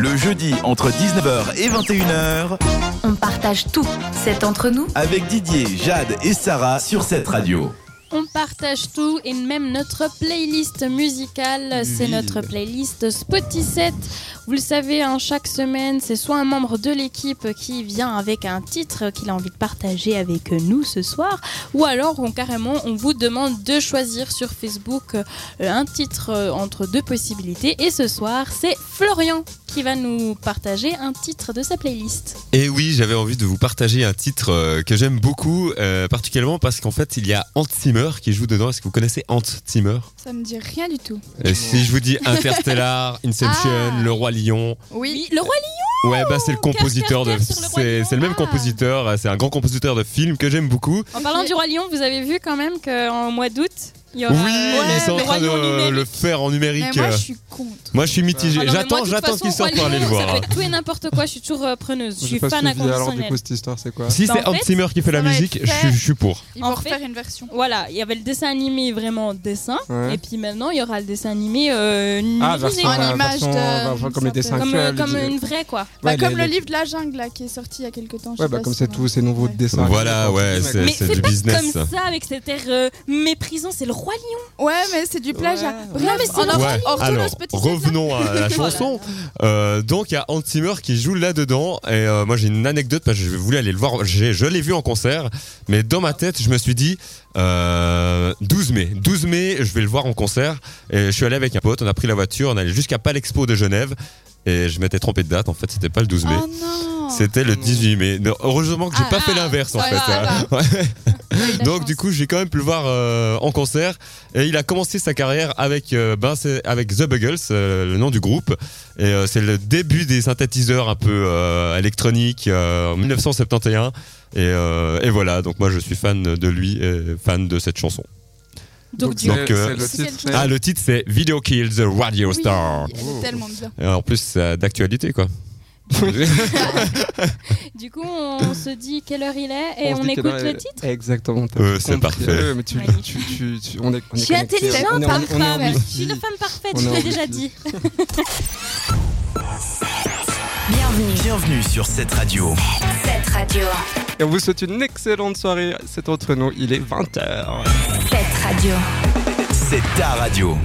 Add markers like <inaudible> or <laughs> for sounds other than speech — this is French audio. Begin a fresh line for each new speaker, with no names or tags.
Le jeudi, entre 19h et 21h,
On partage tout. C'est entre nous.
avec Didier, Jade et Sarah sur cette radio.
On partage tout et même notre playlist musicale. C'est
Oui.
notre playlist Spotify. Vous le savez, hein, chaque semaine, c'est soit un membre de l'équipe qui vient avec un titre qu'il a envie de partager avec nous ce soir, ou alors on, carrément on vous demande de choisir sur Facebook euh, un titre euh, entre deux possibilités. Et ce soir, c'est Florian qui va nous partager un titre de sa playlist.
Et oui, j'avais envie de vous partager un titre euh, que j'aime beaucoup, euh, particulièrement parce qu'en fait, il y a Ant Timmer qui joue dedans. Est-ce que vous connaissez Ant Timmer
Ça me dit rien du tout.
Euh, Si je
<laughs>
vous dis Interstellar, Inception,
Ah.
Le Roi Lion,
Oui.
le roi
ouais, bah c'est le
Cœur,
compositeur
cœur, cœur
de,
Oh, sur Le Roi
c'est
Lion.
c'est le même
Ah.
compositeur, euh, c'est un grand compositeur de films que j'aime beaucoup.
Euh,
En parlant du Roi Lion, vous avez vu quand même qu'en mois d'août, il y aura
Oui,
euh,
ils sont en
le
train
Roi Lion
de
lui-même.
le faire en
Mais
numérique.
moi, je
euh.
suis contre.
Moi, je suis mitigé.
Ah non, mais moi, de
J'attends,
toute
j'attends
façon,
qu'il sorte pour
Roi
aller le
Lion, Ça
voir.
peut être tout et n'importe quoi, je suis toujours euh, preneuse, je
J'ai
suis
pas
fan
suivi alors du
inconditionnelle.
coup cette histoire c'est quoi
Si
Bah,
c'est
en
Ant
fait,
Timmer qui fait la
ça va être
musique, je
fait.
suis- je suis pour.
Ils
En
vont
fait-
refaire une version.
Voilà, il y avait le dessin animé vraiment dessin,
Ouais.
et puis maintenant il y aura le dessin animé euh,
Ah,
numérisé,
version,
En
quoi.
euh,
image
version,
de-
bah, enfin, comme les dessins
comme, euh,
actuels.
comme
les-
une vraie quoi.
Bah,
Ouais,
comme
les-
le
les-
livre de la jungle là, qui est sorti il y a quelques temps. je
Ouais,
sais
bah
pas
comme
si
c'est
on-
tous ces nouveaux
Ouais.
dessins.
Voilà, ouais, c'est-
Mais
c'est
c'est
du
pas
business.
comme ça avec cet air euh, méprisant, c'est le Roi
<gasps>
Lion.
Ouais, mais c'est du plagiat. Bref,
Non, mais c'est
on en
Ouais,
on retourne au
alors,
Spotify.
revenons à
<laughs>
la chanson. Euh, donc, il y a Hans Zimmer qui joue là-dedans. Et euh, moi, j'ai une anecdote parce que je voulais aller le voir. J'ai- Je l'ai vu en concert. Mais dans ma tête, je me suis dit euh, 12 mai. 12 mai, je vais le voir en concert. Et je suis allé avec un pote. On a pris la voiture. On est allé jusqu'à Palexpo de Genève. Et je m'étais trompé de date. En fait, c'était pas le 12 mai.
Oh non
C'était le 18 mai. Non, heureusement que j'ai
Ah,
pas fait
ah,
l'inverse en
ça
fait. hein.
va, ça
Ouais.
eu de la
Donc
chance.
du coup, j'ai quand même pu le voir euh, en concert et il a commencé sa carrière avec euh, ben, c'est- avec The Buggles, euh, le nom du groupe et euh, c'est le début des synthétiseurs un peu euh, électroniques euh, en 1971 et, euh, et voilà, donc moi je suis fan de lui et fan de cette chanson.
Donc,
c'est-
du
Donc, euh,
c'est le
c'est
titre,
quel-
c'est-
Ah, le titre c'est Video Kill the Radio
Oui,
Star.
elle est tellement bien.
Et en plus, c'est d'actualité quoi.
<laughs>
Du coup, on se dit quelle heure il est et
se
on,
dit que
écoute
dans
le
les-
titre.
Exactement. t'as
Euh, c'est
compris.
parfait.
Euh, mais tu-
Ouais.
tu- tu- tu- on est- on est
Je suis
connectés,
intelligente,
on est- on est- on est en
parfait. Je suis une
wifi.
femme parfaite,
<laughs> On
je
est
l'ai
en
déjà dit.
wifi.
Bienvenue.
Bienvenue sur cette radio.
Cette radio.
Et on vous souhaite une excellente soirée. C'est entre nous, il est 20h.
Cette radio.
C'est ta radio.